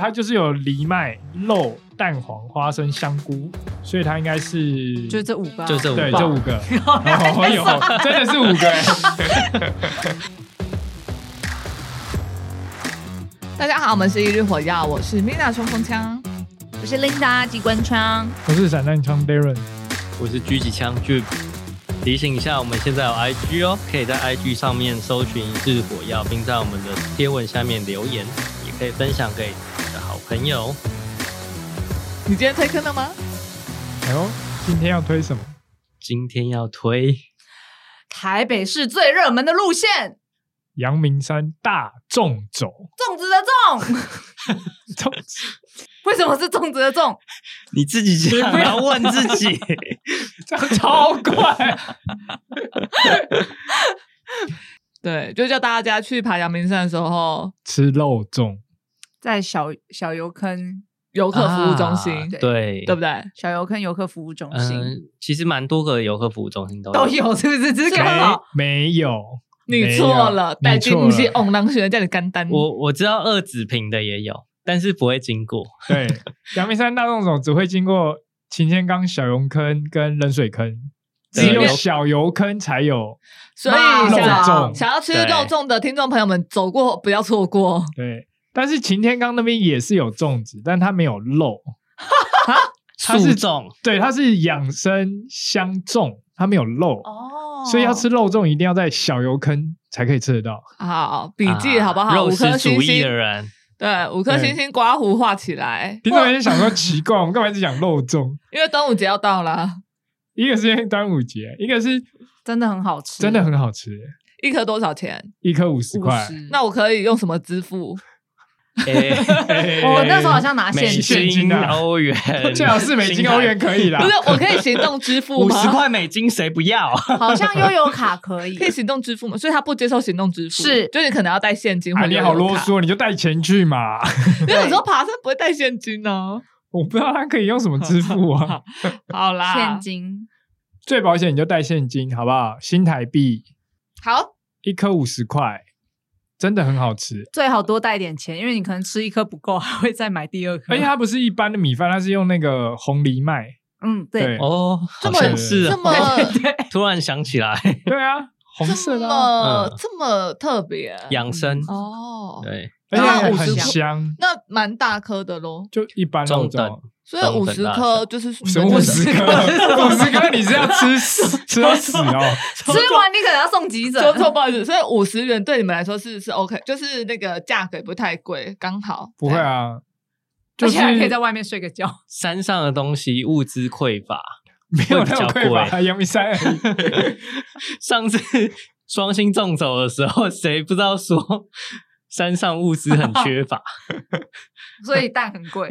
它就是有藜麦、肉、蛋黄、花生、香菇，所以它应该嗯是就这五个啊、就这五对吧这五 个。哦，有啊真的是五个欸。大家好，我们是一日火药，我是 Mina 冲锋枪。我是 Linda 机关枪，我是散弹枪 Darren，我是狙击枪 j 提醒一下，我们现在有 IG 哦，可以在 IG 上面搜寻“日火药”，并在我们的贴文下面留言，也可以分享给你的好朋友。你今天推坑了吗？哎呦，今天要推什么？今天要推台北市最热门的路线，阳明山大众走，粽子的粽， 粽为什么是粽子的粽？你自己讲，不要问自己。这样超 怪。对，就叫大家去爬阳明山的时候，吃肉 粽，在小小油坑游 客服务中心，啊对对不对？小油坑游客服务中嗯、心，其实蛮多个游客服务中心都都有是不是？只是刚没好没有，你错了，没有带你进错一些了。翁郎学叫你干单。我我知道二子坪的也有，但是不会经过。对，阳明山大众走只会经过秦天岗小油坑跟冷水 坑，只对有有小油坑才有。所以肉想粽想要吃肉粽的听众朋友们，走过不要错过。对，但是擎天岗那边也是有粽子，但它没有肉。它树是种对，它是养生香粽，它没有肉，哦所以要吃肉粽一定要在小油坑才可以吃得到。好，笔记啊好不好？肉五颗食星主义星的， 人，对，五颗对星星刮胡画起来，平常人想说奇怪，我们干嘛一直讲肉粽？因为端午节要到了，一个是因为端午节，一个是真的很好吃，真的很好吃，一颗多少钱？一颗五十块。嗯那我可以用什么支付？哎哎我那时候好像拿美现金，现金金、啊 欧元， 最好是美金欧元可以啦不。是，我可以行动支付五吗？十块美金谁不要？好像悠游卡 可以可以行动支付吗？所以他不接受行动支付，是就你可能要带现金或啊，者你悠游好啰卡，嗦，你就带钱去嘛。 因为有时候爬山不会带现金呢。我不知道他可以用什么支付 啊。好啦，现金，最保险你就带现金，好不好？新台币好，一颗五十块，真的很好吃。最好多带点钱，因为你可能吃一颗不够，还会再买第二颗而且。它不是一般的米饭，它是用那个红藜麦。嗯，对，哦，这好么像是这哦么 突然想起来 对啊，红这色的啊、么嗯这么特别养生，哦，对，而且很然后50香，那蛮大颗的喽。就一般那中等种。所以五等十大颗小就是你什们么五就十是颗？五十颗你是要吃死吃到死哦？ 吃完你可能要送急诊 说。错，不好意思，所以五十元对你们来说是是 OK，就是那个价格也不太贵，刚好。不会，啊，而就且是还可以在外面睡个觉，山上的东西物资匮 乏。没有那种匮比较乏，阳明山而已。上次双星纵走的时候，谁不知道说山上物资很缺 乏？ 所以蛋很 贵。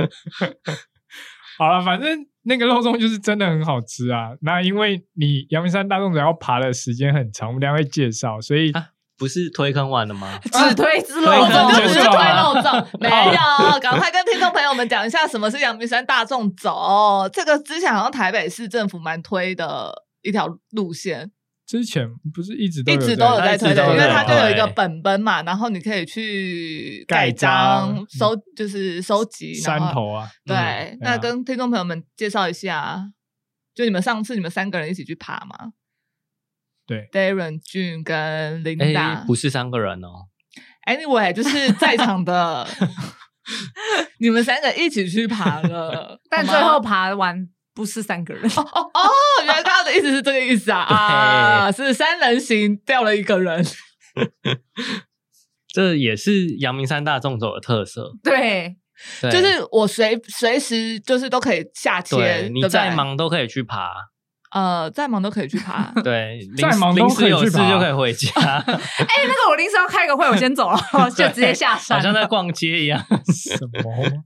好了，反正那个肉粽就是真的很好吃啊。那因为你阳明山大众只要爬的时间很长，我们等一下会介绍，所以啊不是推坑完了吗？只推之肉肉对粽啊你就不们 是接推受啊肉粽，没有，赶快跟听众朋友们讲一下什么是阳明山大众走，这个之前好像台北市政府蛮推的。一条路线之前不是一直都一有直都有在推一直的，都因有为它就有一个对本本嘛，然后你可以去盖盖章章收，就是收集山然后头啊，对，嗯那啊跟听众朋友们介绍一下，就你们上次你们三个人一起去爬嘛 对，Darren、Jun 跟哎、琳达。不是三个人哦， anyway，就是在场的你们三个一起去爬了，但好最吗后爬完不是三个人，哦，原来他的意思是这个意思啊啊，是三人行掉了一个人，这也是阳明山大纵走的特色。 对，对就是我随随时就是都可以下切，对你不再对忙都可以去爬，呃再忙都可以去爬， 对，临再忙都临时有可以事去爬就可以回 家，哎，那个我临时要开个会，我先 走了，就直接下好山。 像在逛街一样。什么？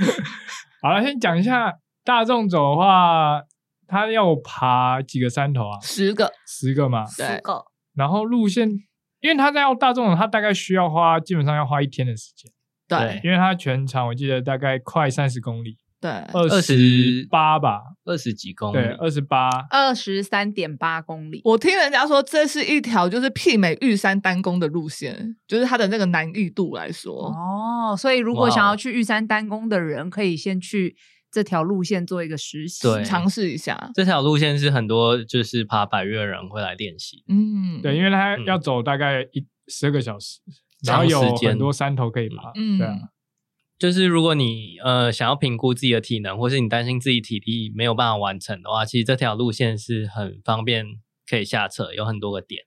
好了，先讲一下大众走的话，它要爬几个山头啊？十个十个嘛。对十个然后路线，因为它在要大众走，它大概需要花基本上要花一天的时间，对对因为它全长我记得大概快三十公里，对，二十八吧， 二十几公对，里，二十八。二十三点八公里。我听人家说这是一条就是媲美玉山单攻的路线，就是它的那个难易度来说，哦，所以如果哇哦想要去玉山单攻的人，可以先去这条路线做一个实习。对尝试一下。这条路线是很多就是爬百越的人会来练习。嗯，对，因为它嗯要走大概一十二个小时，然长后有时间很多山头可以爬。嗯对啊，就是如果你呃想要评估自己的体能，或是你担心自己体力没有办法完成的话，其实这条路线是很方便可以下车，有很多个点。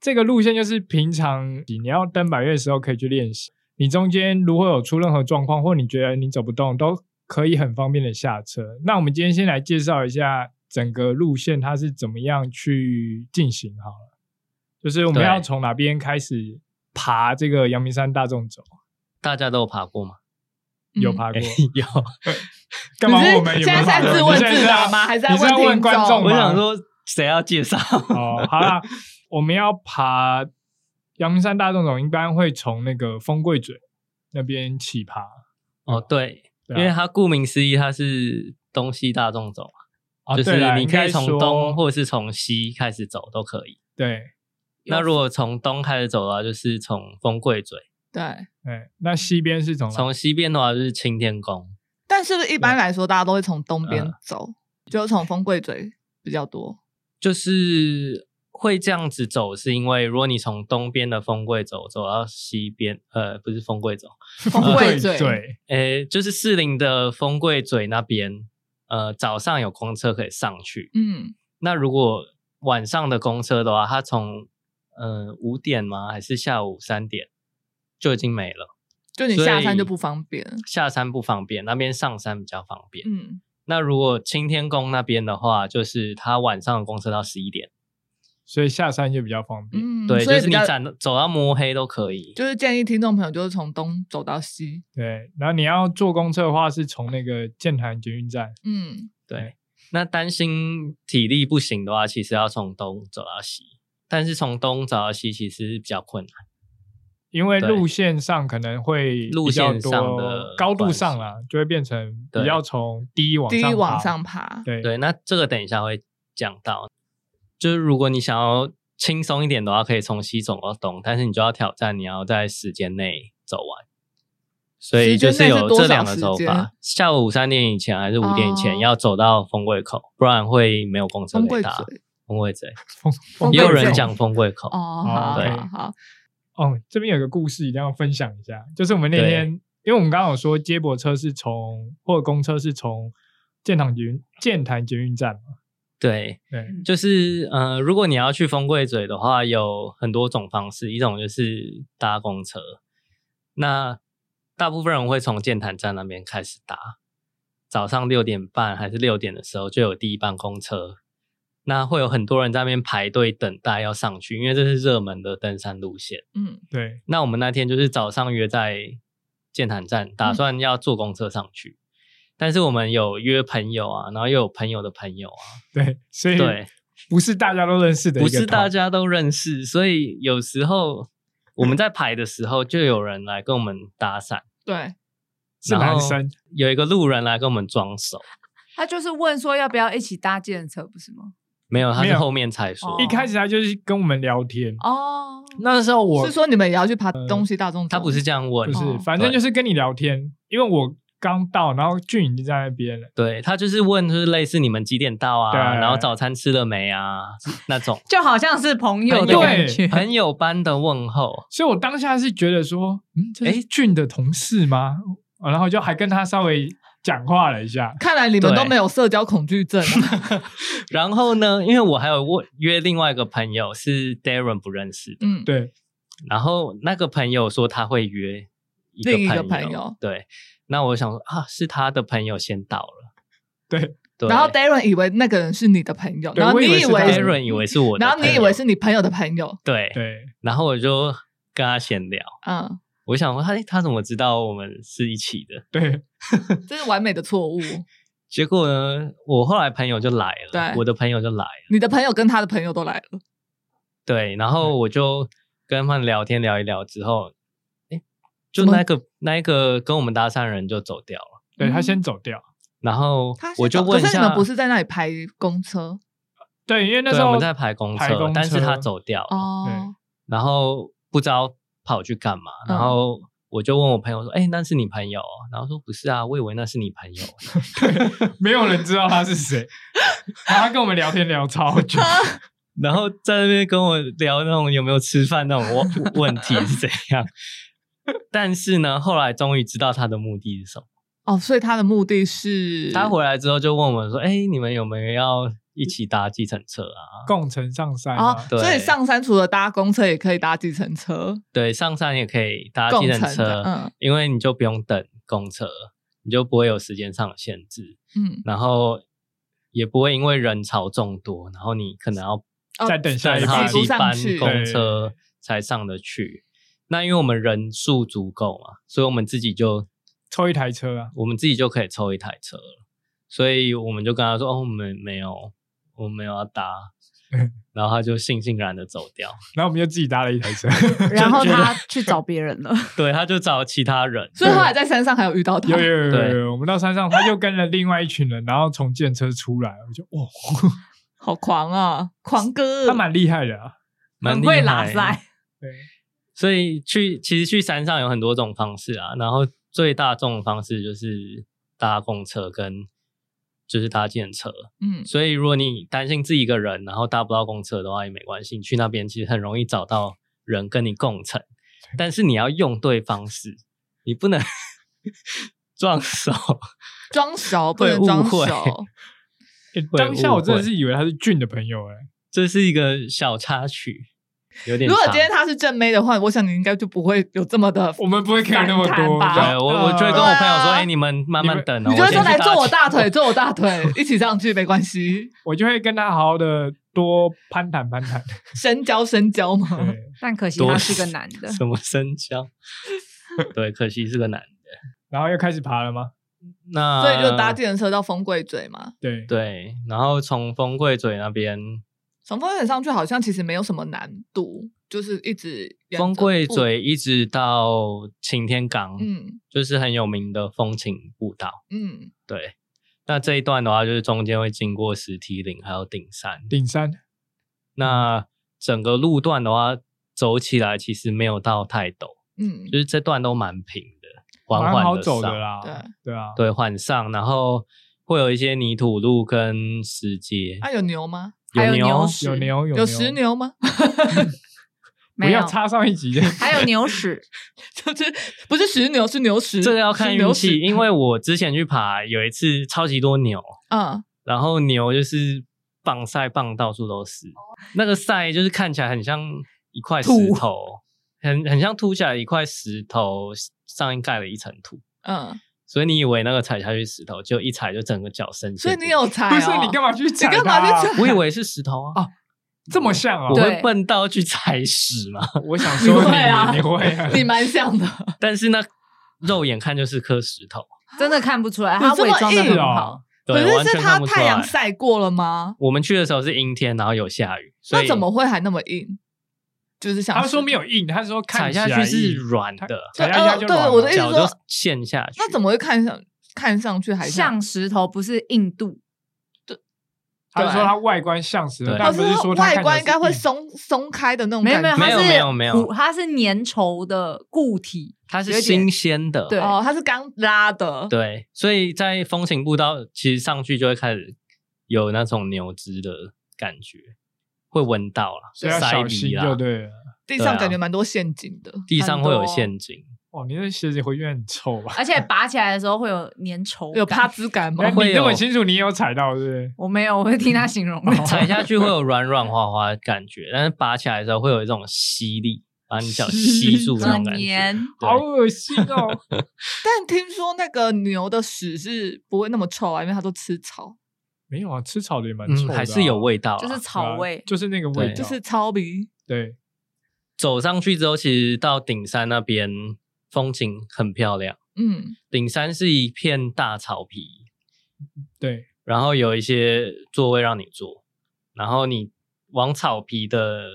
这个路线就是平常你要登百越的时候可以去练习，你中间如果有出任何状况，或你觉得你走不动，都可以很方便的下车。那我们今天先来介绍一下整个路线它是怎么样去进行好了，就是我们对要从哪边开始爬这个阳明山大众走，大家都有爬过吗？有嗯爬过？有。哎 干嘛你是问我们有没有现在爬在过自问你现在自是要答吗？还是在你是要问听观众吗众我想说，谁要介 绍？哦，好啦，我们要爬阳明山大众走，一般会从那个丰贵嘴那边起爬。哦， 对，对啊因为它顾名思义，它是东西大众走嘛，啊，就对啦是你应可该以从说东或是从西开始走都可以。对，那如果从东开始走的话，就是从丰贵嘴；对，哎，那西边是从哪从西边的话，就是青天宫。但是不是一般来说大家都会从东边嗯走，就是从丰贵嘴比 较多。就是会这样子走，是因为如果你从东边的丰贵走走到西边，呃，不是丰贵走，丰贵对嘴，对，诶，就是士林的丰贵嘴那边，呃，早上有公车可以上去。嗯，那如果晚上的公车的话，它从呃五点吗？还是下午三点就已经没了，就你所以下山就不方便。下山不方便，那边上山比较方便。嗯，那如果青天宫那边的话，就是它晚上的公车到十一点，所以下山就比较方便。嗯，对，所就以是你比较站走到摸黑都可以。就是建议听众朋友就是从东走到西，对，然后你要坐公车的话，是从那个建潭捷运站。嗯，对，那担心体力不行的话，其实要从东走到西，但是从东走到西其实比较困难。因为对路线上可能会路比较线上多的高度关上系啦，就会变成比对较从低往第一上往爬上爬。对对，那这个等一下会讲到。就是如果你想要轻松一点的话，可以从西走到东，但是你就要挑战你要在时间内走完。所以就时间内是有多这少两个时走间法：下午三点以前还是五点以前哦要走到丰贵口，不然会没有公车丰可贵以嘴搭。丰贵嘴，风风也有贵人走讲丰贵口，哦，哦好对好好，哦，这边有个故事一定要分享一下，就是我们那对天，因为我们刚刚有说接驳车是从或者公车是从建塘捷运建潭捷运站嘛，对，对，就是呃，如果你要去丰贵嘴的话，有很多种方式，一种就是搭公车，那大部分人会从剑潭站那边开始搭，早上六点半还是六点的时候就有第一班公车，那会有很多人在那边排队等待要上去，因为这是热门的登山路线。嗯对，那我们那天就是早上约在剑潭站，打算要坐公车上去，但是我们有约朋友啊，然后又有朋友的朋友啊，对，所以对。不是大家都认识的一不个团，是大家都认识，所以有时候我们在排的时候，就有人来跟我们搭讪，对，是男生，有一个路人来跟我们装熟，他就是问说要不要一起搭计程车，不是吗？没有，他没是有后面才说哦。一开始他就是跟我们聊天，哦，那时候我呃是说你们也要去爬东西大众走？他不是这样问，不是，哦反正对就是跟你聊天，因为我刚到，然后俊已经在那边了，对他就是问，就是类似你们几点到对啊，然后早餐吃了没啊那种 就好像是朋友朋的友哎感觉。朋友般的问候。所以我当下是觉得说，嗯，这诶是俊的同事吗？哦然后就还跟他稍微讲话了一下，看来你们对都没有社交恐惧症 啊。然后呢，因为我还有问约另外一个朋友是 Darren 不认识的，嗯，对，然后那个朋友说他会约一个另一朋个友，朋友对。那我想说啊，是他的朋友先到了，对对。然后 Darren 以为那个人是你的朋友，对然后我你以为是他 Darren 以为是我的然朋友，后你以为是你朋友的朋友，对，对，然后我就跟他闲聊，嗯，我想说他他怎么知道我们是一起的？对，这是完美的错误。结果呢，我后来朋友就来了，对我的朋友就来了，你的朋友跟他的朋友都来了，对，然后我就跟他们聊天聊一聊之后，哎，就怎么那个那一个跟我们搭讪的人就走掉了，对他嗯先走掉，然后他我就问一可是你下，们不是在那里排公车对，因为那时对，候我们在排公排公但是他车走掉了，哦？然后不知道跑去干嘛，然嗯后我就问我朋友说：“哎、那是你朋友哦？”然后说：“不是啊，我以为那是你朋友。哦没有人知道他是谁，然后他跟我们聊天聊超久，然后在那边跟我聊那种有没有吃饭那种问问题是怎样。但是呢，后来终于知道他的目的是什么。哦，所以他的目的是他回来之后就问我们说：“哎、你们有没有要一起搭计程车啊？共乘上山啊，啊，对所以上山除了搭公车，也可以搭计程车，对，上山也可以搭共计程乘车的，，嗯因为你就不用等公车，你就不会有时间上的限制。嗯， 然后也不会因为人潮众多，然后你可能要哦再等下等一好班挤不几上班去公车才上得去。那因为我们人数足够嘛，所以我们自己就抽一台车啊，我们自己就可以抽一台车了。所以我们就跟他说：“哦，我们没有，我们没有要搭。” 然后他就悻悻然的走掉。然后我们就自己搭了一台车，然后他去找别人了，对，他就找其他人。 所以后来在山上还有遇到他，有有有有对有，我们到山上，他又跟了另外一群人，然后从建车出来，我就哇，好狂啊，狂哥，他蛮厉害的啊，蛮很厉会害拉的塞。对，所以去其实去山上有很多种方式啊，然后最大众的方式就是搭公车跟就是搭电车。嗯，所以如果你担心自己一个人，然后搭不到公车的话也没关系，你去那边其实很容易找到人跟你共乘，但是你要用对方式，你不能 撞手。装熟不会能装误会 熟，诶会当下我真的误会是以为他是俊的朋友哎、这是一个小插曲，有点如长。果今天他是正妹的话，我想你应该就不会有这么的，我们不会 care 那么反多，弹吧对我，我就会跟我朋友说：“对啊哎、你们慢你慢们等哦。”你就会说先去来坐我计大腿，坐我大腿，一起上去没关系，我就会跟他好好的多攀谈攀谈。深交深交嘛。对，但可惜多他是个男 的，什么深 交？对，可惜是个男的。然后又开始爬了吗？那所以就搭计程车到风柜嘴嘛。对，对，然后从丰贵嘴那边，从风柜嘴上去好像其实没有什么难度，就是一直沿着丰贵步，嘴一直到擎天岗，嗯就是很有名的风情步道。嗯，对，那这一段的话，就是中间会经过石梯岭还有顶山。顶山那整个路段的话，走起来其实没有到太陡，嗯就是这段都蛮平的，缓蛮缓好的走的上啦，对对啊，对，缓上，然后会有一些泥土路跟石阶，啊，有牛吗？还有牛牛屎，有牛有有石，牛吗？ 不没有要，插上一集，还有牛屎，就是不是石牛是牛石，这个要看是运牛气，屎。因为我之前去爬有一次超级多牛，嗯，然后牛就是棒晒棒到处都是，哦那个晒就是看起来很像一块石土头，很很像凸起来一块石头上面盖了一层土，嗯，所以你以为那个踩下去石头，就一踩就整个脚伸所陷进以去。你有才、哦，不是你干嘛去踩它啊？你干嘛去踩我以为是石头啊，哦啊这么像啊？我对会笨到去踩屎吗？我想说你会啊你会啊，你蛮像的，但是那肉眼看就是颗石头，真的看不出来，啊有他这伪么装的硬很哦好。 对，可完是全是它看不出太阳来。晒过了吗？我们去的时候是阴天，然后有下雨，所那以怎么会还那么硬？就是想他说是没有硬，他说看踩起下来去是硬软它的，踩对下呃去它就对软我了的意思脚说就陷下去。那怎么会看上看上去还像石头不是硬度，他说对它外观像石头，对老但师不是说它看啊哦外起来观应该会是硬松松开的那种没有感没有，它没有觉，是没有没有骨它是粘稠的固体，它有是点新鲜的，对哦，它是刚拉的，对，所以在风情步道，其实上去就会开始有那种牛脂的感觉，会闻到啦，所以要塞小心鼻啊就啦，对了。对地上啊感觉蛮多陷阱的，地上会有很多陷阱，哦，你那鞋子回去很臭 吧？而且拔起来的时候会有粘稠感，有啪吱感吗哎，？会哦你那么有清楚，你也有踩到对不对？我没有，我会听他形容的。踩下去会有软软滑滑的感觉，但是拔起来的时候会有一种吸力，把你脚吸住那很种感觉。黏，对好恶心哦！ 但听说那个牛的屎是不会那么臭啊，因为它都吃草，没有啊，吃草的也蛮臭嗯，的啊，还是有味道啦，就是对啊草味。就是那个味道，对啊就是超鼻。对，走上去之后，其实到顶山那边风景很漂亮。嗯，顶山是一片大草皮， 对，然后有一些座位让你坐，然后你往草皮的，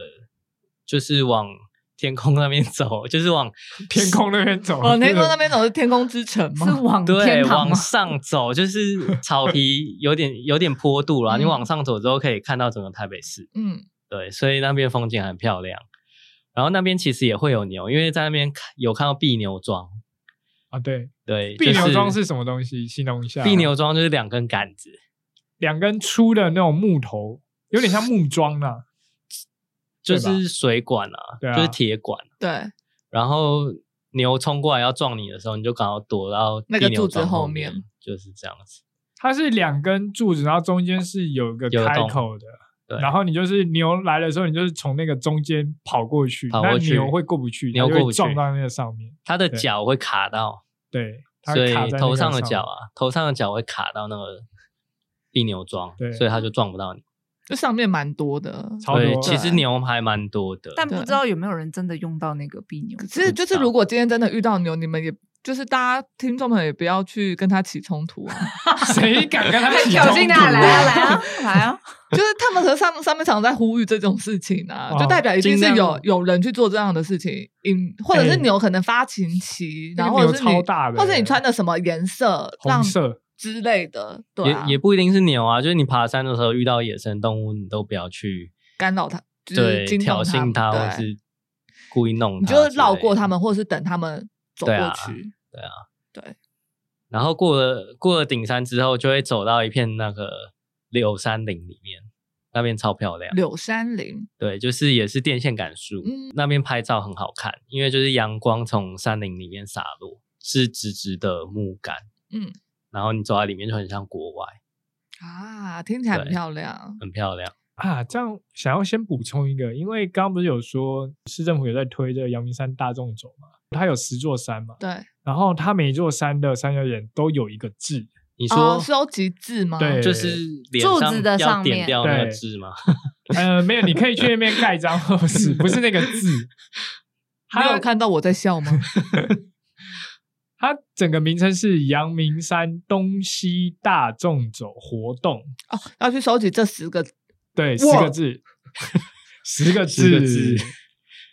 就是往天空那边走，就是往 天空那边走，哦，天空那边总是天空之城是吗？往对天堂往吗？上走，就是草皮有点有点坡度啦。你嗯往上走之后可以看到整个台北市，嗯，对，所以那边风景很漂亮。然后那边其实也会有牛，因为在那边看有看到碧牛庄，啊，对，对，碧就牛是桩是什么东西？形容一下。啊碧牛庄就是两根杆子，两根粗的那种木头，有点像木桩啊。就对吧是水管啊，对啊就是铁管。对，然后牛冲过来要撞你的时候，你就刚好躲到那个地牛柱子桩后后面，就是这样子。它是两根柱子，然后中间是有一个有个开洞口的。对然后你就是牛来的时候，你就是从那个中间跑过去，跑过去嗯那牛会过不去，牛它就过不会去撞到那个上面，它的对脚会卡到，对，它所以卡在那个头上的面脚，啊，头上的脚会卡到那个地牛桩对，所以它就撞不到你。这上面蛮多的。超对，多啊其实对牛还蛮多的，但不对知道有没有人真的用到那个碧牛可装。是就是如果今天真的遇到牛，你们也就是大家听众朋友也不要去跟他起冲突啊，谁敢 跟它起挑冲衅突他，啊？来啊来 啊来啊！ 就是他们和上上面常在呼吁这种事情啊，就代表一定尽是量哦哎有有人去做这样的事情，嗯，或者是牛可能发情期，那然个后或牛者是你超大的或者你穿的什么颜色， 红色之类的，对、啊，也也不一定是牛啊，就是你爬山的时候遇到野生动物，你都不要去干扰它，就是对惊挑动衅它，它或们，对是故意弄你它就之绕类过的他们，或者是等他们走对过啊去。然后过了过了顶山之后，就会走到一片那个柳杉林里面，那边超漂亮。柳山林，对，就是也是电线杆树，嗯那边拍照很好看，因为就是阳光从山林里面洒落，是直直的木杆，嗯然后你走在里面就很像国外，啊，听起来很对漂亮。很漂亮。啊！这样想要先补充一个，因为刚刚不是有说市政府有在推这个阳明山大众走嘛，它有十座山嘛，对，然后它每一座山的山脚点都有一个字，你哦，说收集字吗？对就是脸柱上子的要上点面掉那个对痣吗？呃，没有，你可以去那边盖章 或是不是那个字。你它有看到我在 笑吗？它整个名称是阳明山东西大众走活动，哦，要去收集这十个，对，十哇个 字，十个字，十个字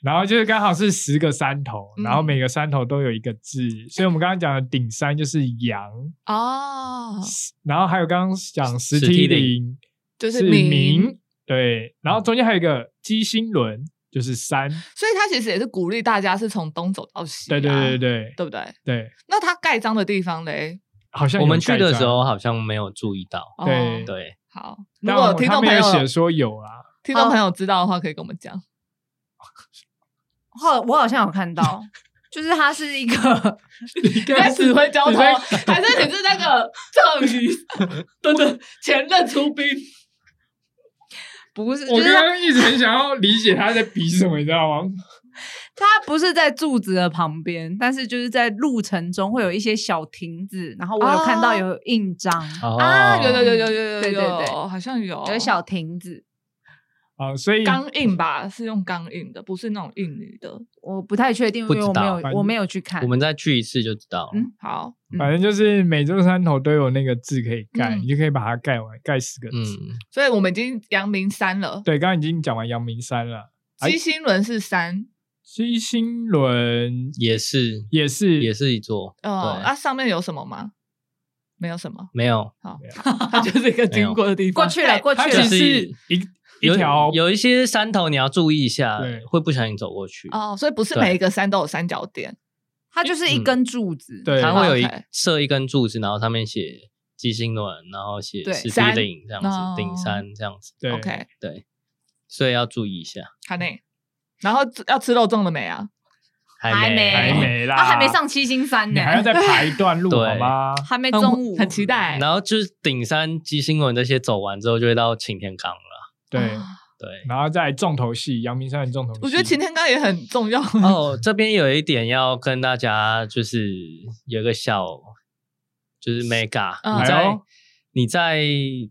然后就是刚好是十个山头，嗯然后每个山头都有一个字，所以我们刚刚讲的顶山就是阳，哦，然后还有刚刚讲石石梯梯林就是明，对，然后中间还有一个鸡心轮就是山，所以他其实也是鼓励大家是从东走到西、对啊对对，对对不对？对，那他盖章的地方嘞？好像我们有盖去的时章候好像没有注意到，哦对对，好，如但果我听众他没朋有友写说有啊，听哦众朋友知道的话，可以跟我们 讲。后我好像有看到，就是它是一个 你 你在指挥交通，你在还是你是那 个郑宇对对前任出兵？不是，就我是刚它刚一直很想要理解他在比什么，你知道吗？它不是在柱子的旁边，但是就是在路程中会有一些小亭子，然后我有看到啊有印章，哦啊，有有有有有有有，对对对好像有有小亭子， 啊，所以钢印吧，是用钢印的，不是那种印泥的。我不太确定，因不知为我没道有反我没有去看我。们再去一次就知道了。嗯好，反正就是每座山头都有那个字可以盖，嗯你就可以把它盖完，盖十个字。嗯，所以我们已经阳明山了，对，哎刚刚已经讲完阳明山了，哎鸡心轮是山，鸡心轮也是也是也是一座，对，哦，那上面有什么吗？没有什么，没有，好没，它就是一个经过的地方。过去了，过去它了其就，实是是一一有条有一些山头你要注意一下对，会不小心走过去。哦，所以不是对每一个山都有三角点。它就是一嗯根柱子。对它会有一 OK 设一根柱子，然后上面写鸡心轮，然后写对石山地岭这样哦子，顶山这样子，对 OK，对，所以要注意一下。好内。然后要吃肉粽了没啊？还没，没啊还没啦，它还没上七星山你呢，还要再排一段路 对好吗？还没很中午，很期待。然后就是顶山鸡心轮这些走完之后，就会到擎天岗了。对，，啊对然后再重头戏，阳明山的重头戏。我觉得擎天岗也很重要。哦，这边有一点要跟大家，就是有一个小，就是 mega，、嗯你哎在呦你在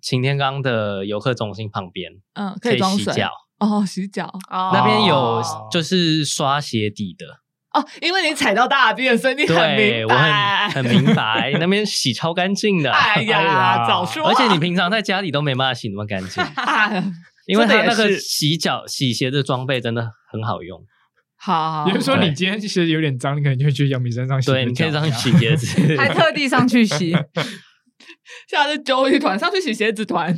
擎天岗的游客中心旁边嗯，可可以以装洗水脚。哦，洗脚哦那边有哦就是刷鞋底的，哦，因为你踩到大便，所以 你很对明我很白。很明白， 那边洗超干净的，哎哎呀，呀早说啊！而且你平常在家里都没办法洗那么 干净，啊 因为真的它也那个是洗脚洗鞋的装备真的很好用，好好，也就是说，对你今天其实有点脏，你可能就会去阳明山上洗个对，你可以脚这样洗鞋子。还特地上去洗，下次揪一团上去洗鞋子团，哦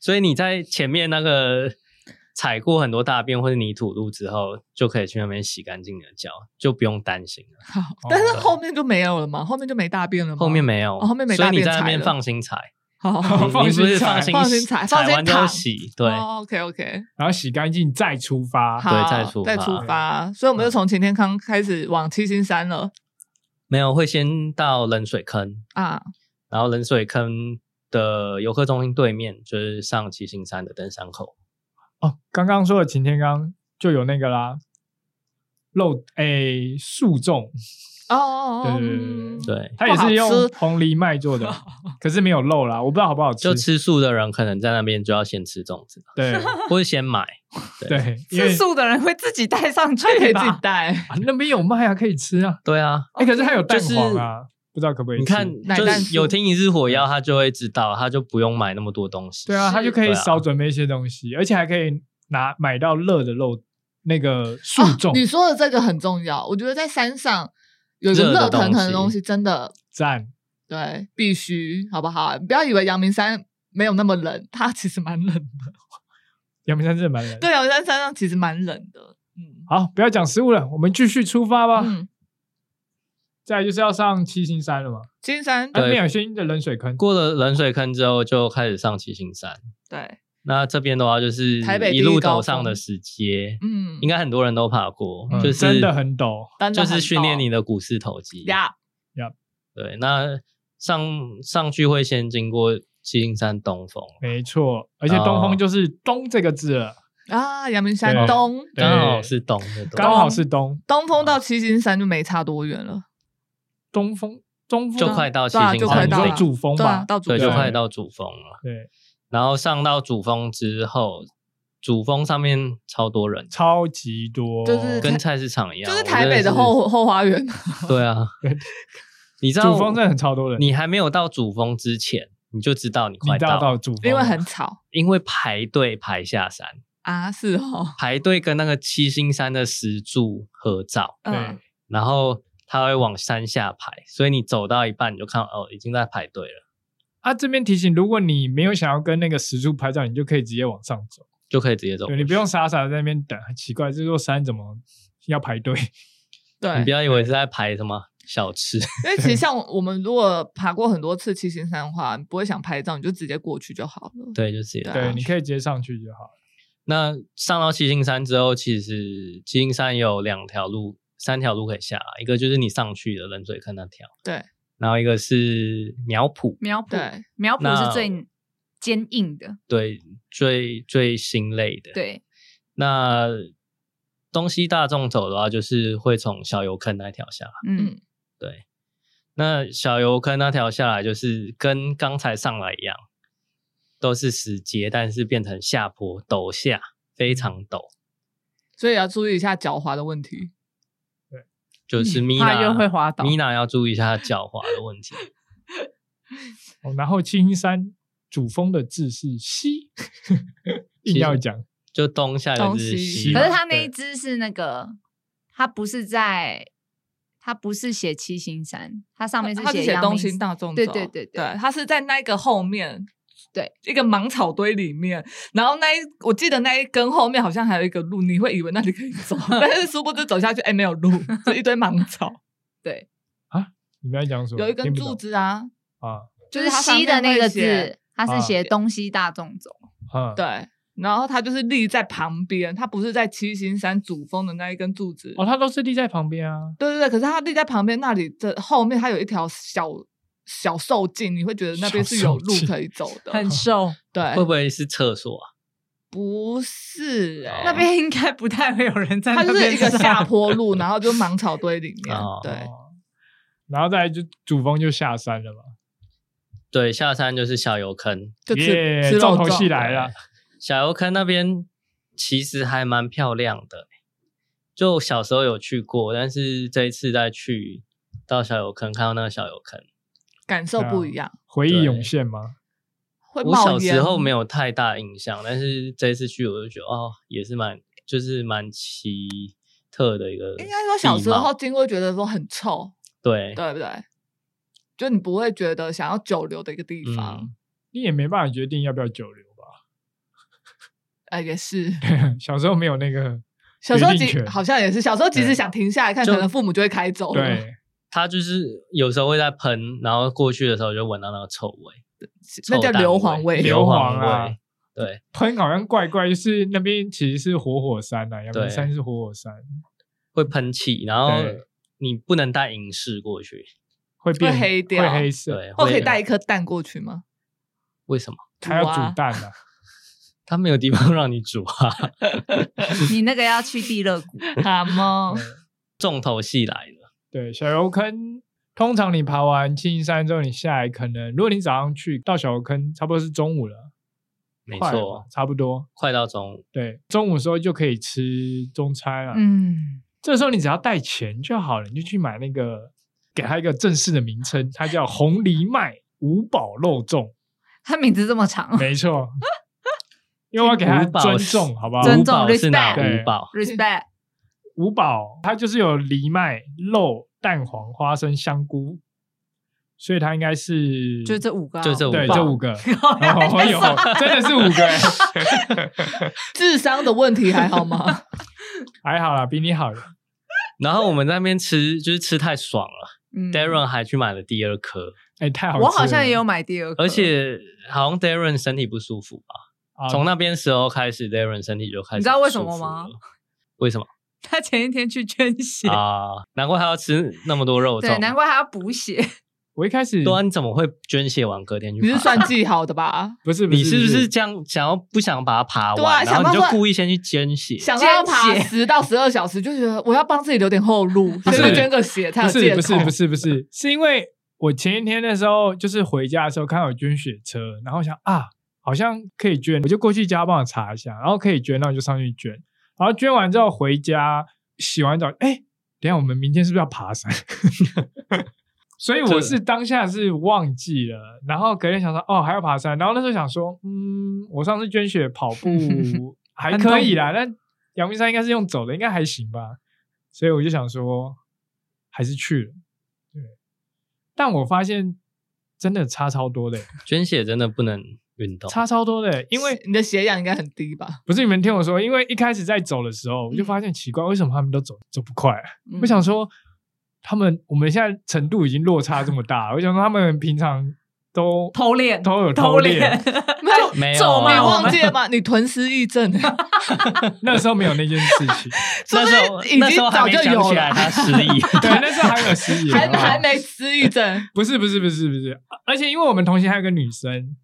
所以你在前面那个踩过很多大便或者泥土路之后，就可以去那边洗干净你的脚，就不用担心了。好，但是后面就没有了嘛，后面就没大便了吗？后面没有，哦后面没所以大你便在那踩边了放心踩，好，好你好你不是放放心心放心踩哦放踩心完之后躺洗，对， ，OK OK，然后洗干净再出发。好，再出再发嗯出发，所以我们就从擎天康开始往七星山了没有会先到冷水坑，啊，然后冷水坑的游客中心对面就是上七星山的登山口，哦，刚刚说的擎天刚就有那个啦，肉诶树粽，哦哦对哦，对对对嗯对。它也不好是用吃红藜麦做的，可是没有肉啦，我不知道好不好吃。就吃素的人可能在那边就要先吃粽子，对或者先买。对，因为吃素的人会自己带上去他可以自己吧？带，啊那边有卖啊，可以吃啊。对啊，哎，可是它有蛋就是黄啊，不知道可不可以吃？嗯你看，奶就蛋是有酥听一日火药，他就会知道，他就不用买那么多东西。对啊，它就可以对啊少准备一些东西，而且还可以拿买到热的肉，那个树啊粽你说的这个很重要，我觉得在山上有一个热的热腾腾的东东西西，真的赞。对必须，好不好？你不要以为阳明山没有那么冷，它其实蛮冷的。阳明山真的蛮冷。对，，阳明山山上其实蛮冷的。嗯，好，不要讲食物了，我们继续出发吧。嗯，再来就是要上七星山了嘛，金山哎对没有新的冷水坑。过了冷水坑之后，就开始上七星山。对，那这边的话，就是台北第一一路高陡上的峰石阶，嗯应，该很多人都爬过，嗯就是真的很陡真的就是很训练陡你的股四头肌。呀，对，那上上去会先经过七星山东峰，没错，而且东哦峰就是“东”这个字了，啊，阳明山对东对刚好是东的东，刚好是东东峰到七星山就没差多远了，东风，东风就快到七对啊星就哦山快你到说顶了，主峰对啊吧，，到主对，就峰快到主峰了。对，然后上到主峰之后，主峰上面超多人，超级多，就是跟菜市场一样，就是我台真的北是的后后花园。 对啊，你知道主峰真的很超多人，你还没有到主峰之前，你就知道你你快到到，到主峰了，因为很吵因为排队排下山，啊，是哦，排队跟那个七星山的石柱合照，对嗯，然后它会往山下排，所以你走到一半你就看到哦，已经在排队了，啊。这边提醒，如果你没有想要跟那个石柱拍照，你就可以直接往上走，就可以直接走。对你不用傻傻地在那边等，很奇怪，这座山怎么要排队？你对不，要以为是在排什么小吃， 因为其实像我们如果爬过很多次七星山的话，你不会想拍照，你就直接过去就好了。对，就直接对啊对，你可以直接上去就好了。那上到七星山之后，其实七星山有两条路、三条路可以下来，一个就是你上去的冷水坑那条，对然后一个是苗圃，苗圃，对，苗圃那是最坚硬的，对，最最心累的。，对，那东西大众走的话，就是会从小油坑那条下来。嗯，对，那小油坑那条下来，就是跟刚才上来一样，都是石阶，但是变成下坡陡下，嗯非常陡，所以要注意一下脚滑的问题。 就是米怕娜又会滑倒。米娜要注意一下脚滑的问题。哦然后七星山主峰的字是西， 硬要讲，就东下就东是西西嘛，可是它那对一只是那个，它不是在，它不是写七星山，它上面是他是写阳东明兴山大众对走对对对对，他是在那个后面，对，一个芒草堆里面，然后那一我记得那一根后面好像还有一个路，你会以为那里可以走，但是殊不知走下去，哎，没有路，是一堆芒草， 对，你们要讲什么？有一根听不懂柱子啊，啊，就就是是它上西的面那会个写字，它是啊写东西大众走。嗯，对。然后它就是立在旁边，它不是在七星山主峰的那一根柱子。哦，它都是立在旁边啊，对对对，可是它立在旁边那里的后面，它有一条小小兽径，你会觉得那边小是兽有路径可以走 的。瘦，对，会不会是厕所啊？哦不是、哦欸，那边应该不太会有人在它那就是边一个上下坡路，然后就芒草堆里面哦，对哦然后再来就主峰就下山了嘛，对，下山就是小油坑，就耶吃吃肉重头戏粽来了，小油坑那边其实还蛮漂亮的欸、就小时候有去过，但是这一次再去到小油坑，看到那个小油坑，感啊受不一样，回忆对涌现吗？会我冒小烟。时候没有太大印象，但是这一次去我就觉得哦，也是蛮就是蛮期特的一个地貌，应该说小时候经过觉得说很臭，对对不对？就你不会觉得想要久留的一个地方，嗯你也没办法决定要不要久留吧？呃，也是。 小时候没有那个，小时候决定即权好像也是，小时候即使对想停下来看，就可能父母就会开走了。对，它就是有时候会在喷，然后过去的时候就闻到那个臭味，那臭叫蛋硫磺味味，硫磺啊味，对，喷好像怪怪，就是那边其实是活火山呐、啊，阳明对山是活火山，会喷气，然后对你不能带银饰过去，会变会黑掉会黑色，对，或哦可以会带一颗蛋过去吗？为什么？它要煮啊煮蛋啊，它没有地方 让你煮啊，你那个要去地热谷， 好吗？重头戏来了，对，小油坑。通常你爬完青银山之后，你下来可能，如果你早上去到小油坑，差不多是中午了，没快了吧错，差不多。快到中午，对，中午的时候就可以吃中餐了、嗯，这时候你只要带钱就好了，你就去买那个，给它一个正式的名称，它叫红藜麦五宝肉粽。他名字这么长没错，因为我要给他五宝尊是重，好不 好？尊重五宝是 respect 哪五宝？ ，respect，五宝它就是有藜麦、肉、蛋黄、花生、香菇，所以它应该是就这五个啊，就这五对宝这五 个。个哦，有真的是五个欸，智商的问题还 好吗？还好啦，比你好了。然后我们在那边吃，就是吃太爽了。嗯 Darren 还去买了第二颗，哎、太好吃了，我好像也有买第二个，而且好像 Darren 身体不舒服吧？啊从那边时候开始，Darren 身体就开始你知道为什么吗不舒服了？为什么他前一天去捐血，啊？难怪他要吃那么多肉对，粽。难怪他要补血，我一开始对啊，你怎么会捐血完隔天去？你是算？计好的 吧？不是你是不不是这样想要不想把它爬对啊完，然后想你办就法故意先去捐血？想到要爬捐血十到十二小时，就觉得我要帮自己留点后路，所以就捐个血才有不借是不是口。不是不是，是因为我前一天的时候，就是回家的时候看到有捐血车，然后想啊，好像可以捐，我就过去家帮我查一下，然后可以捐，那我就上去捐，然后捐完之后回家洗完澡，哎、等一下我们明天是不是要爬山？ 所以我是当下是忘记了，然后隔天想说哦还要爬山，然后那时候想说嗯，我上次捐血跑步 还可以啦，但阳明山应该是用走的，应该还行吧，所以我就想说还是去了，对，但我发现真的差超多的，捐血真的不能运动，差超多的，因为你的血氧应该很低吧？ 不是你们听我说，因为一开始在走的时候，我就发现奇怪，为什么他们都走走不快啊、嗯我想说，他们我们现在程度已经落差这么大了，我想说他们平常都偷练，都有偷偷练，就没咒有啊你啊骂我忘们，记了吗？你囤失忆症， 那时候没有那件事情，那时候说不定已那时经候还早没就想有起来了，他失忆。对，那时候还有失忆，还好不好还没失忆症。不是不是不是不是，而且因为我们同行还有个女生，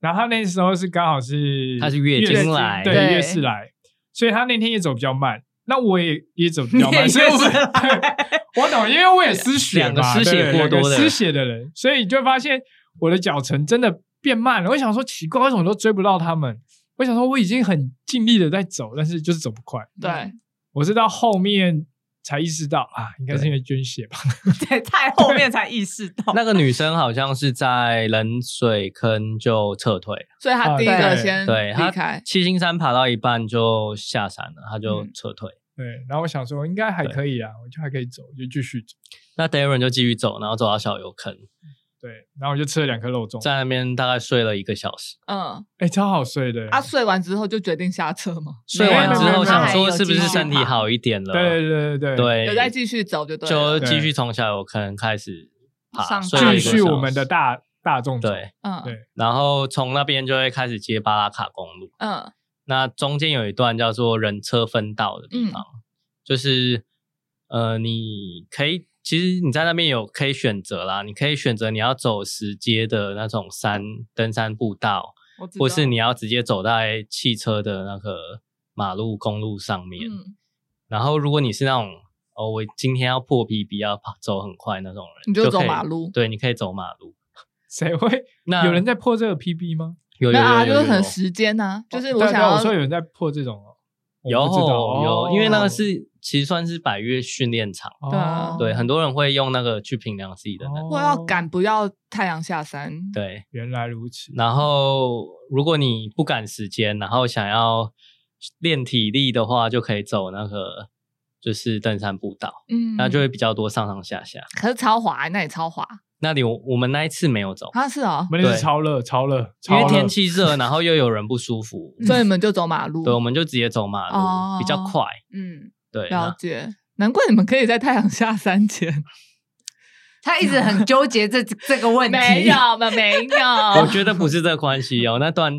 然后她那时候是刚好是她是月经来对对月事来，所以她那天也走比较慢。那我也也走比较慢， 你也所以我们月事 我懂，因为我也失血嘛，两个失血对过多的人两个失血的人，所以就发现我的脚程真的变慢了。我想说奇怪，为什么都追不到他们？我想说我已经很尽力的在走，但是就是走不快。对，我是到后面才意识到啊，应该是因为捐血吧。对，太后面才意识到， 那个女生好像是在冷水坑就撤退，所以他第一啊个对先对，离她嗯开。七星山爬到一半就下山了，她就嗯撤退。对，然后我想说应该还可以啊，我就还可以走，我就继续走。那 Darren 就继续走，然后走到小油坑，对，然后我就吃了两颗肉粽，在那边大概睡了一个小时。嗯，哎，超好睡的。他睡完之后就决定下车嘛，睡完之没有没后有想没说有是不是继续身体爬好一点了？对对对对对，有再继续走就对就了。继续从小油坑开始爬，上睡了继一个续小我们的时大大众走对，嗯对然后从那边就会开始接巴拉卡公路。嗯那中间有一段叫做人车分道的嗯地方，就是呃，你可以其实你在那边有可以选择啦，你可以选择你要走石阶的那种山登山步道，我知道或是你要直接走在汽车的那个马路公路上面。嗯，然后如果你是那种哦，我今天要破皮比要跑走很快那种人，你就走可以马路对，你可以走马路。谁会那有人在破这个 PB 吗？有有那有啊，有就是有很有时间呐，就是哦我对想对要我说有人在破这种哦，有我不知道有，因为那个哦是其实算是百越训练场，对啊哦对，很多人会用那个去衡量自己的能力。我要赶不要太阳下山。对，原来如此，然后如果你不赶时间，然后想要练体力的话，就可以走那个就是登山步道，嗯那就会比较多上上下下。可是超滑，那里超滑，那里我我们那一次没有走，啊是哦，我们那是对超热，超热，因超为热天气热，然后又有人不舒服，所以你们就走马路，对，我们就直接走马路，嗯哦比较快。嗯，对，了那解。难怪你们可以在太阳下三千，他一直很纠结这这个问题。 没有没有没我有，觉得不是这个关系哦，那段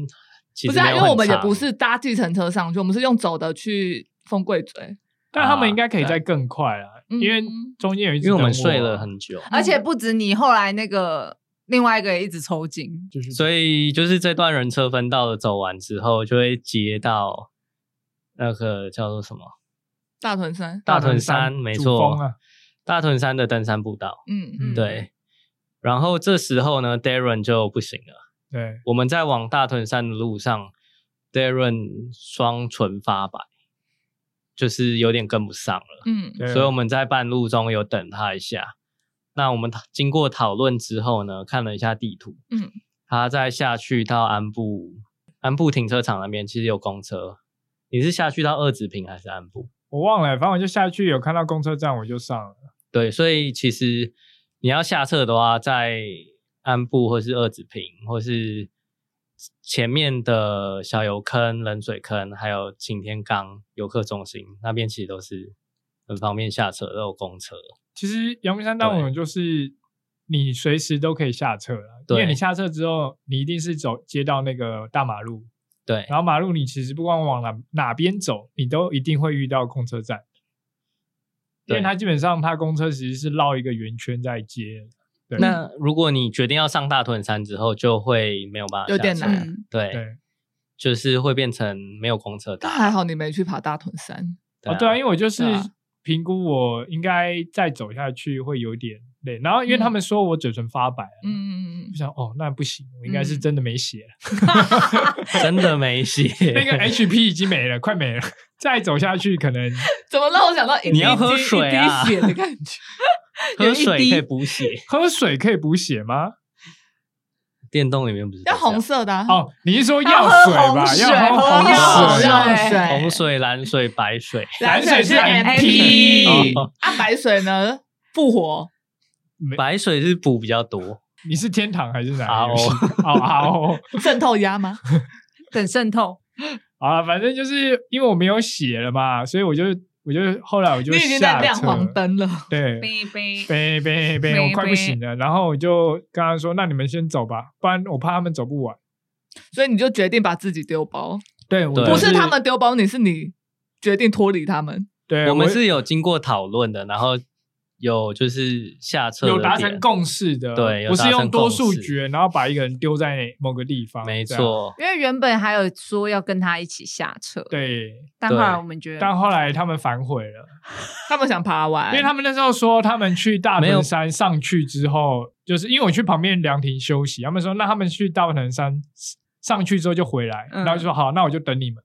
其不实是没啊，有因为我们也很长不是搭计程车上去，我们是用走的去风柜嘴，但他们应该可以啊再更快啦，对因为嗯中间有一次因为我们等啊睡了很久，而且不止你，后来那个另外一个也一直抽筋。就是所以就是这段人车分道的走完之后，就会接到那个叫做什么大屯山，大屯山，没主峰错，啊，大屯山的登山步道，嗯嗯嗯，对。然后这时候呢，Darren 就不行了。对，我们在往大屯山的路上，Darren 双唇发白，就是有点跟不上了。嗯对啊所以我们在半路中有等他一下。那我们讨经过讨论之后呢，看了一下地图，嗯，他再下去到安部安部停车场那边，其实有公车。你是下去到二子坪还是安部？我忘了，反正我就下去有看到公车站我就上了，对，所以其实你要下车的话，在安部或是二子坪，或是前面的小油坑、冷水坑，还有擎天岗游客中心那边，其实都是很方便下车，都有公车。其实阳明山大我们就是你随时都可以下车了，因对为你下车之后，你一定是走接到那个大马路，对，然后马路你其实不管往哪哪边走，你都一定会遇到公车站，因为对它基本上它公车其实是绕一个圆圈在接，对那如果你决定要上大屯山之后，就会没有办法有点下车难嗯，对，对。哦就是会变成没有公车但搭。还好你没去爬大屯山，哦，对啊，因为我就是啊对啊评估我应该再走下去会有点累，然后因为他们说我嘴唇发白，嗯，嗯嗯嗯就想哦那不行，我应该是真的没血了，啊 真的没写那 个 HP 已经没了，快没了， 再走下去可能怎么让我想到 一滴你要喝精水啊一滴血的感 觉？喝有一水滴可以补血，喝水可以补血吗？电动里面不是都要这样红色的啊，哦，你是说要药喝水吧？红水要喝喝红药水，水啊红水、蓝水、白水，蓝水是蓝水是 MP，哦啊，白水呢复活。没白水是补比较多。你是天堂还是哪啊里？哦 哦哦，渗透压 吗？等渗透，好了，反正就是因为我没有血了嘛，所以我就我就后来我就你已经下在亮车黄灯了，对，哔哔呗呗呗，我呗快不呗行了。然后我就跟他说：“那你们先走吧，不然我怕他们走不完。所以你就决定把自己丢包，对”我对不就是他，们丢包你，是你决定脱离他们。对我们是有经过讨论的，然后有就是下车有的达点成，共识的，对有不是达成用多共数识决，然后把一个人丢在某个地方，没这样，错，因为原本还有说要跟他一起下车，，对。但后来对我们觉得但后来他们反悔了，他们想爬完，因为他们那时候说他们去大没有屯山上去之后，就是因为我去旁边凉亭休息，他们说那他们去大屯山上去之后就回来，嗯然后就说好，那我就等你们。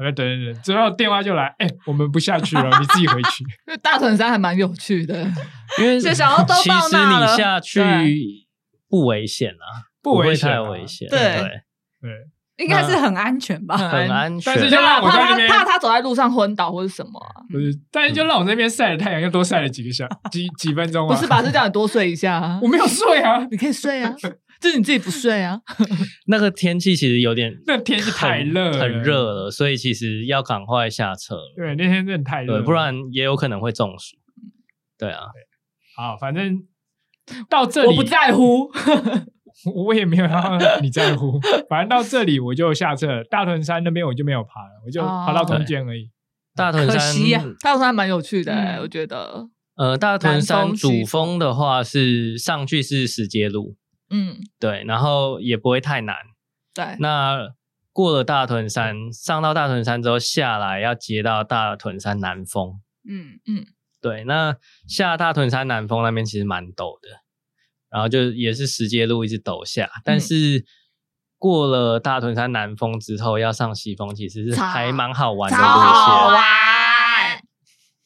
我就等等等，之后电话就来，哎、我们不下去 了，你自己回去。因为大屯山还蛮有趣的，因为就想要都其到实那了你下去对不危险啊，不会危险、太啊，危险，对对。对，应该是很安全吧？很安但全，是对就啊，让我在怕那他边怕他走在路上昏倒或者什么啊、不是，但是就让我在那边晒了太阳，又多晒了几个小几几分钟啊。不是吧？是叫你多睡一下、啊 我，没有睡啊，，你可以睡啊，就是你自己不睡啊。那个天气其实有点那天气太热了很热了，所以其实要赶快下车了，对，那天真的太热对，了，不然也有可能会中暑。对啊，好，反正到这里我不在 乎，我我也没有让你在乎，反正到这里我就下车了。大屯山那边我就没有爬了，我就哦爬到中间而已。大屯可山，惜啊啊呀大屯山蛮有趣的、嗯我觉得，呃，大屯南山峰西主峰的话是上去是石阶路，嗯，对，然后也不会太难。对，那过了大屯山，上到大屯山之后下来要接到大屯山南峰，嗯，对，那下大屯山南峰那边其实蛮陡的，然后就也是石阶路一直陡下，但是过了大屯山南峰之后，要上西峰，其实是超还蛮好玩的超好路线。玩。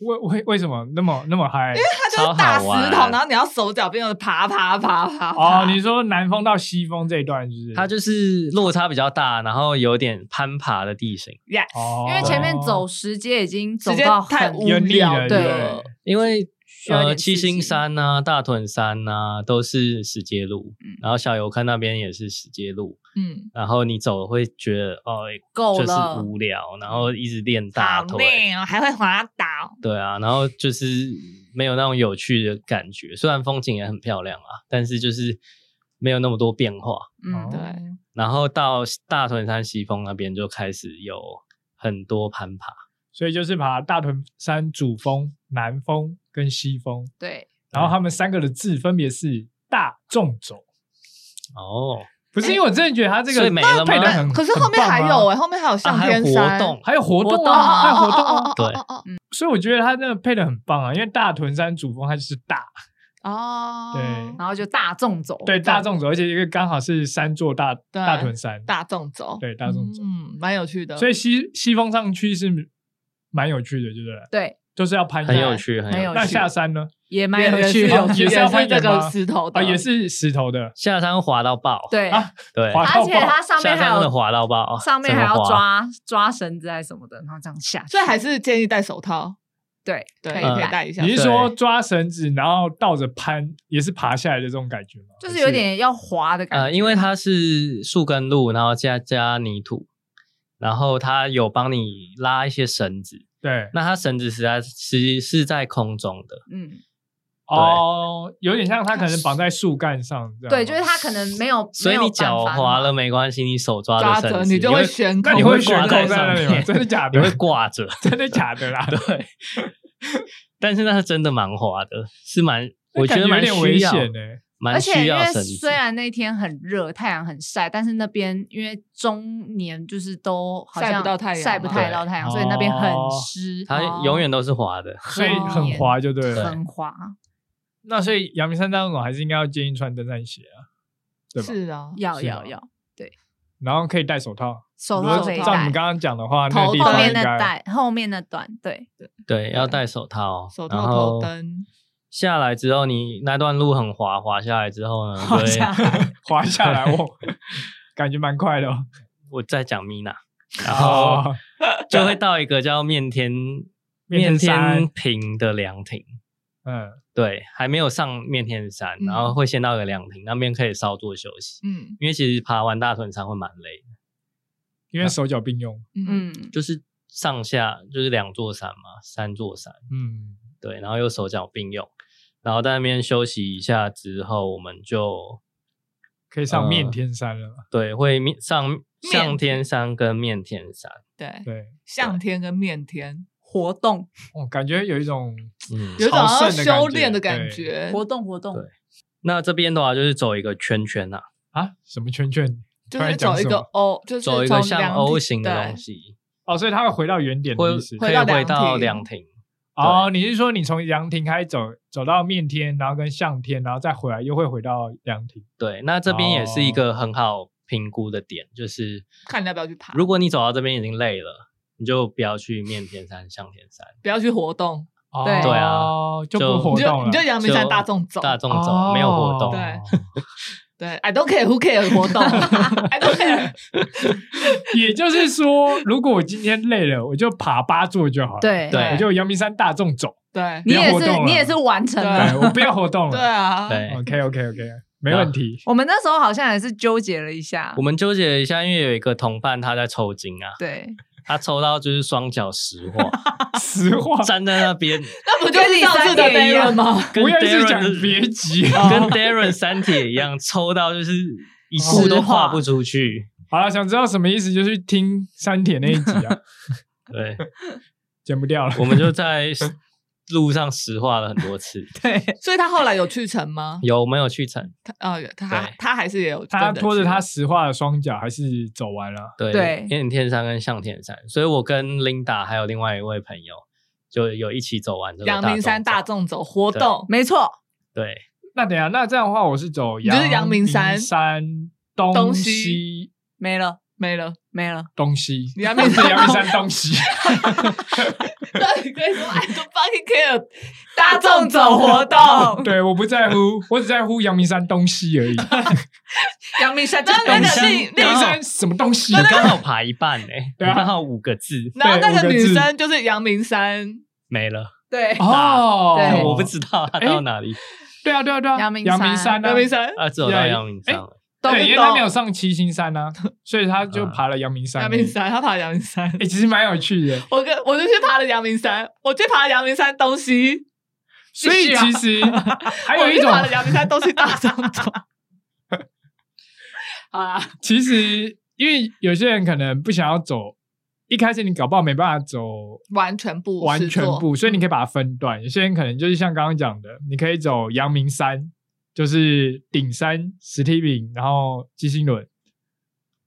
为为为什么那么那么嗨？它就是大超石好玩头，然后你要手脚并用的爬爬爬爬爬。哦，你说南风到西风这一段是不是？它就是落差比较大，然后有点攀爬的地形。 yes，哦，因为前面走石阶已经走直接到太很无有腻聊了，对不了对。因为需要一呃，点七刺激星山呐、大屯山呐、都是石阶路，嗯然后小游看那边也是石阶路，嗯，然后你走了会觉得哦，够就是了，无聊，然后一直练大好腿，累哦，还会滑倒。对啊，然后就是没有那种有趣的感觉。虽然风景也很漂亮啊，但是就是没有那么多变化。哦嗯，对然后到大屯山西峰那边就开始有很多攀爬，所以就是把大屯山主峰、南峰跟西峰，对，然后他们三个的字分别是大众走。哦，不是因为我真的觉得他这所个以没了吗配的很，可是后面很棒啊还有哎，后面还有啊上还有天活山，动，还有活动活动啊，啊还有活动啊，哦对哦哦所以我觉得他那个配的很棒啊，因为大屯山主峰它就是大，哦哦，对然后就大众走，对大众走，而且一个刚好是山座大大屯山，大众走，对大众走，嗯，蛮有趣的。所以西西峰上去是蛮有趣的，对不对？对，就是要攀很岩有。趣，很很有有趣。那趣下山呢？也蛮 也有是趣哦的，也是要攀是这岩吗个石头啊，的，也是石头的，下山滑到爆，对，啊对，滑而且它上面下还山真的有滑到爆，上面还要怎么滑，抓抓绳子还是什么的，然后这样下去，所以还是建议戴手套，对对，可以可以戴戴一下嗯你。对是说抓绳子然后倒着攀，也是爬下来的这种感觉吗？就是有点要滑的感觉，呃，因为它是树根路，然后加加泥土，然后它有帮你拉一些绳子，对那它绳子实在是是在空中的，嗯，哦，有点像它可能绑在树干上这样。对，就是他可能没有，啊所以没你有办脚法滑了嘛，没关系，你手抓抓绳着子你就会悬空，那你会你会悬挂空在在那里上吗？面真的假 你的？会挂着， 真的假的啦？ 对，但是那是真的蛮滑的，是蛮我觉感得有蛮点危需要，险欸呢。蛮而且需因要为绳子虽。然那天很热，太阳很晒，但是那边因为中年就是都好像晒不到太阳晒不太对到太阳，哦所以那边很湿，哦它永远都是滑的，所以很滑就对了。很滑，那所以阳明山当中还是应该要建议穿登山鞋啊，对吧？是啊，要是要吗要，然后可以戴手套。手如套果可以照你们戴，刚刚讲的话，头那个地后方面应那该带，后面那段，对，对，要戴手套，哦手然套后头灯，下来之后，你那段路很滑，滑下来之后呢，滑 对下来滑下 来，我感觉蛮快的 哦。我在讲米娜，然后哦，就会到一个叫面天面天山天平的凉亭， 嗯，对，还没有上面天山，嗯然后会先到一个凉亭，那边可以稍作休息，嗯因为其实爬完大屯山会蛮累的，因为手脚并用。嗯，嗯，就是上下就是两座山嘛，三座山，嗯，对，然后又手脚并用，然后在那边休息一下之后，我们就可以上面天山了。对会面上面上天山跟面天山，对，对，向天跟面天，活动我感觉有一种嗯，有一种朝要圣的感觉修炼的感觉。活动活动对，那这边的话就是走一个圈圈呐、啊，啊，什么圈圈就突是走一然讲什个么 O，就是走一个从像凉 O 亭型的对东西，哦，所以它会回到原点的会意思。可以回到回到凉亭凉亭，哦，你是说你从凉亭开始走，走到面天，然后跟向天，然后再回来，又会回到凉亭。对，那这边也是一哦个很好评估的点，就是看你要不要去爬如果你走到这边已经累了，你就不要去面天山、向天山，不要去活动，哦对对啊就不活动你就了。你就阳明山就大众走，哦大众走没有活动，对对，I don't care who care 活动，I don't care， 也就是说，如果我今天累了，我就爬八座就好了。，对对我就阳明山大众走，对你也不要活是动了啊你也是完成对了。对我不要活动对了。啊，对 OK OK OK，没问 题。我们那时候好像也是纠结了一下我，们纠结了一下，因为有一个同伴他在抽筋啊，对，他抽到就是双脚石 化，实话，站在那边那不就是上次的跟你三铁一 d a 样吗？ 跟不要一直讲 Darren 哦别 急。哦跟 Darren 三铁一 样，抽到就是一步都跨不出去。 好了，想知道什么意思，就去听山铁那一集啊，对，剪不 掉了。我们就在路上石化了很多 次。对，所以他后来有去成吗？有没有去成？他呃，他对他还是也有他跟着拖着去他石化的双脚，还是走完了。对，对因为天山跟向天山，所以我跟 Linda 还有另外一位朋友就有一起走完这个阳明山大众众走活动，没错，走对，那等一下，那这样的话，我是走你就是阳明山山东东西西没了，没了。没了。东西， 阳明是山阳明山东西，对，可以说 I don't fucking care 大众走活动，对，我不在乎，我只在乎阳明山东西而已。阳明山就然后那东个西。另阳明另一山什么东西你？啊刚好爬一半哎，对啊你刚好五个字然后那对个五个字女生就是阳明山，没了，对，哦对，我不知道它到哪里，对啊，对啊，对啊，阳明山阳明山啊，阳明山，哎啊，只有到阳明山了。懂对，因为不他没有懂？上七星山啊，所以他就爬了阳明山。 阳明，山，她爬阳明山。哎，其实蛮有趣的。我跟我就去爬了阳明山，我去爬了阳明山东西，所以其实还有我一去种爬，了阳明山东西大张 啊走。好啦，其实因为有些人可能不想要走，一开始你搞不好没办法走完全不完全不，所以你可以以把它分段。有些人可能就是像刚刚讲的，你可以走阳明山，就是顶山、石梯岭，然后鸡心轮，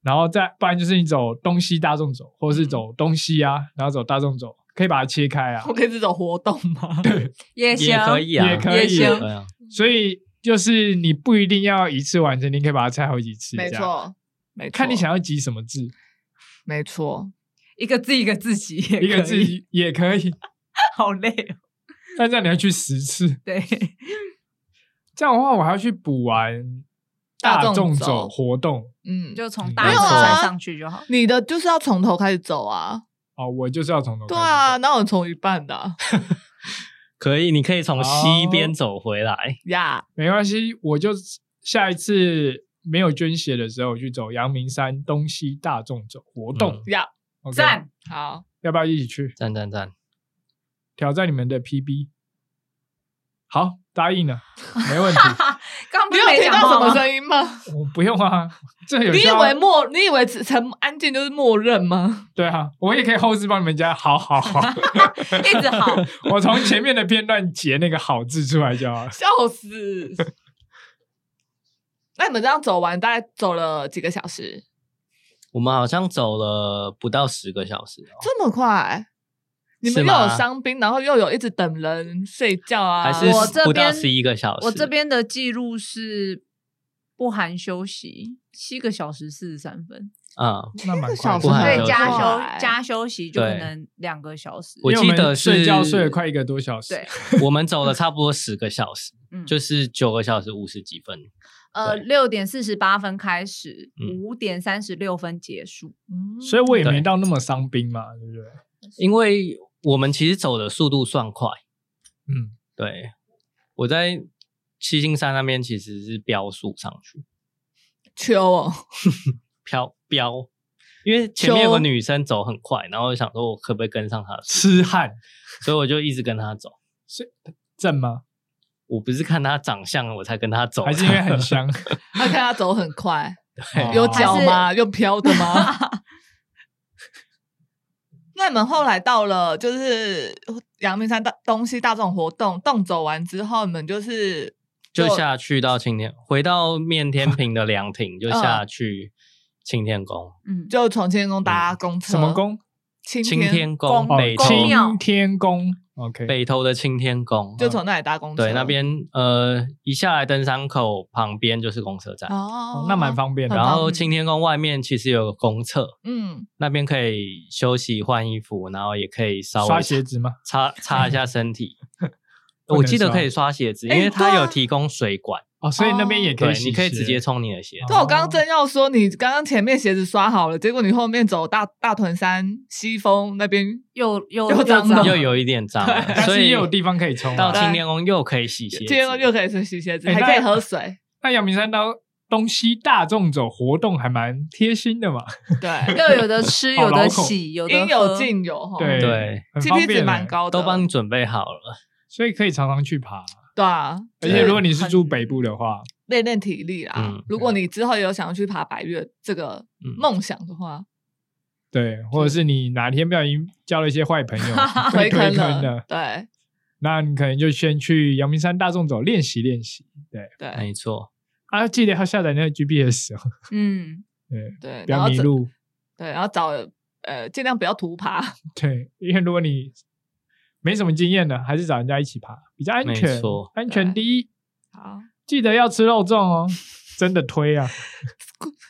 然后再不然就是你走东西大众走，或嗯是走东西啊，然后走大众走，可以把它切开啊我，可以这种活动吗？对，也也行，可以啊，也可以。哎也行对啊，所以就是你不一定要一次完成，你可以把它拆好几次，没这样，错，没错，看你想要集什么字，没错，一个字一个字集，一个字也可以，好累哦。但这样你要去十次。对，这样的话，我还要去补完大众众走走活动嗯，就就从没大有众啊山上去就好。你的就是要从头开始走啊，哦，我就是要从头。对啊，，那我从一半的啊可以，你可以从西边走回来，哦呀，没关系，我就下一次没有捐血的时候我去走阳明山东西大众走活动嗯，呀， OK，赞，好，要不要一起去赞赞赞！挑战你们的 PB？好，答应了，没 问题，刚不你是有没听讲到什话么吗？声音吗？我不用啊，这有你以效为默，你以为只沉安静就是默认吗？对啊，我也可以后置帮你们加好好好，一直好，我从前面的片段截那个好字出来就好了。笑死！ 那你们这样走完，大概走了几个小时？我们好像走了不到十个小时哦，这么快？你们是又吗有伤兵，然后又有一直等人睡觉啊，还我这是不到边十一个小时。我这边的记录是不含休息，七个小时四十三分，啊，那蛮快小的，时不所含还休息以加哇休加休息就可对能两个小时。我因为们记得是睡觉睡了快一个多小时，对，我们走了差不多十个小时，嗯就是九个小时五十几分。呃，对六点四十八分开始，嗯五点三十六分结束。嗯所以我也对没到那么伤兵嘛，对不对？因为我们其实走的速度算快。嗯，对，我在七星山那边其实是飙速上去，秋哦， 飘飙，因为前面有个秋女生走很快，然后我想说我可不可以跟上她的速痴汉度，所以我就一直跟她走。正吗？我不是看她长相我才跟她走的，还是因为很 香？他看他走很快，哦有脚吗？用飘的吗？ 那你们后来到了就是阳明山大东西大众活动动走完之后，你们就是就下去到青天，回到面天平的凉亭， 嗯就下去青天宫。嗯，就从清天宫搭嗯公车，什么？宫？青青天天宫宫哦北宫投庙青天宫。OK，北投的青天宫，嗯就从那里搭公车，对那边呃一下来登山口旁边就是公车站，哦哦，那蛮方便的。很然然后棒后青天宫外面其实有个公厕，嗯，那边可以休息换衣服，然后也可以稍微刷鞋子吗？擦擦一下身体。 不能我记得刷可以刷鞋子，因哎为它对啊有提供水管，哦，所以那边也可以对，洗鞋，你可以直接冲你的鞋。哦对，我刚刚正要说，你刚刚前面鞋子刷好了，结果你后面走大大屯山西峰那边又又又脏了了，又有一点脏了，但所是以也有地方可以冲啊。到对青天宫又可以洗鞋子，接又可以去洗鞋子，哎还可以那喝水。那阳明山到东西大众走活动还蛮贴心的嘛， 对，又有的吃，好有的老口洗，有的应有喝尽有哈。对对，很方 CP 便欸值蛮，高的，都帮你准备好了。所以可以常常去爬。对啊，而且如果你啊是很，住北部的话，练练体力啦。嗯如果你之后有想要去爬白月这个嗯梦想的话，对，或者是你哪天不小心交了一些坏朋 友被啊回推坑坑了了，，对那你可能就先去阳明山大众走练习练习。对，对没错，啊，记得要下载那个 GPS 哦，嗯，对，对，不然后要迷找路。对，然后找呃尽量不要图爬， 对，因为如果你没什么经验的，还是找人家一起爬比较安没全错。安全第一，好，记得要吃肉粽哦，真的推啊！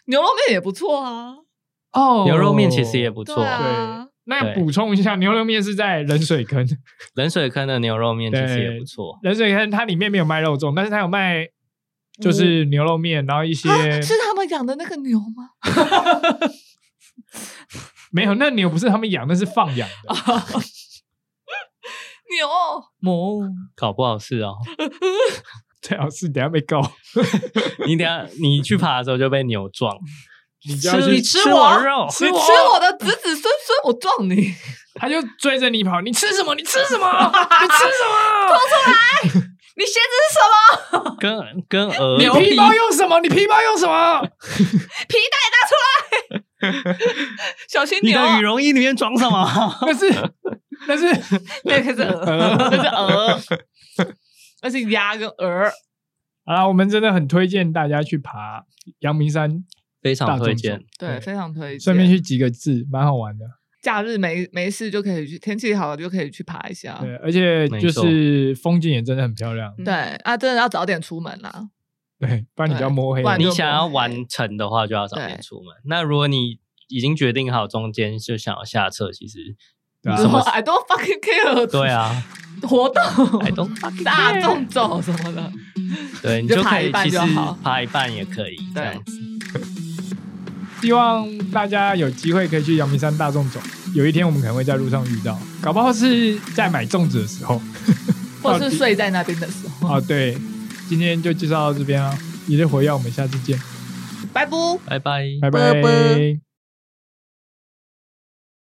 牛肉面也不错啊，哦牛肉面其实也不错，对啊对。那补充一下，牛肉面是在冷水坑，冷水坑的牛肉面其实也不错。冷水坑它里面没有卖肉粽，但是它有卖就是牛肉面，然后一 些、啊是他们养的那个牛吗？没有，那牛不是他们养，那是放养的。牛，魔搞不好是哦，最好是等下被告，你等下你去爬的时候就被牛撞，你就要吃去你吃，吃我肉，你吃我的子子孙孙，我撞你！他就追着你跑，你吃什么？你吃什么？你吃什么？你鞋子跟跟鹅你皮包用什么？你皮包用什么？是什么？皮带拿出小心你牛啊！的羽绒衣里面装什 么？那 是那是来，那个是鹅。那 是鹅，那是鸭跟鹅。好啦，我们真的很推荐大家去爬阳明山，非常大推荐众。对，非常推荐。顺便去几个字，蛮好玩的。假日没没事就可以去，天气好了就可以去爬一下。对，而且就是风景也真的很漂亮。嗯对啊，真的要早点出门啦。对，不然你就要摸黑不了然。你就想要完成的话，就要早点对出门。那如果你已经决定好中间就想要下车，其实对啊什 么 I don't fucking care 对啊，活动 I don't fucking 大 care 众走什么的。对你就就爬可一以半其实就好爬一半也可以这对样子。希望大家有机会可以去阳明山大众走，有一天我们可能会在路上遇到，搞不好是在买粽子的时候。或是睡在那边的时候，啊，对，今天就介绍到这边啊，一日火药，我们下次见，拜拜。拜拜。拜啵拜。啵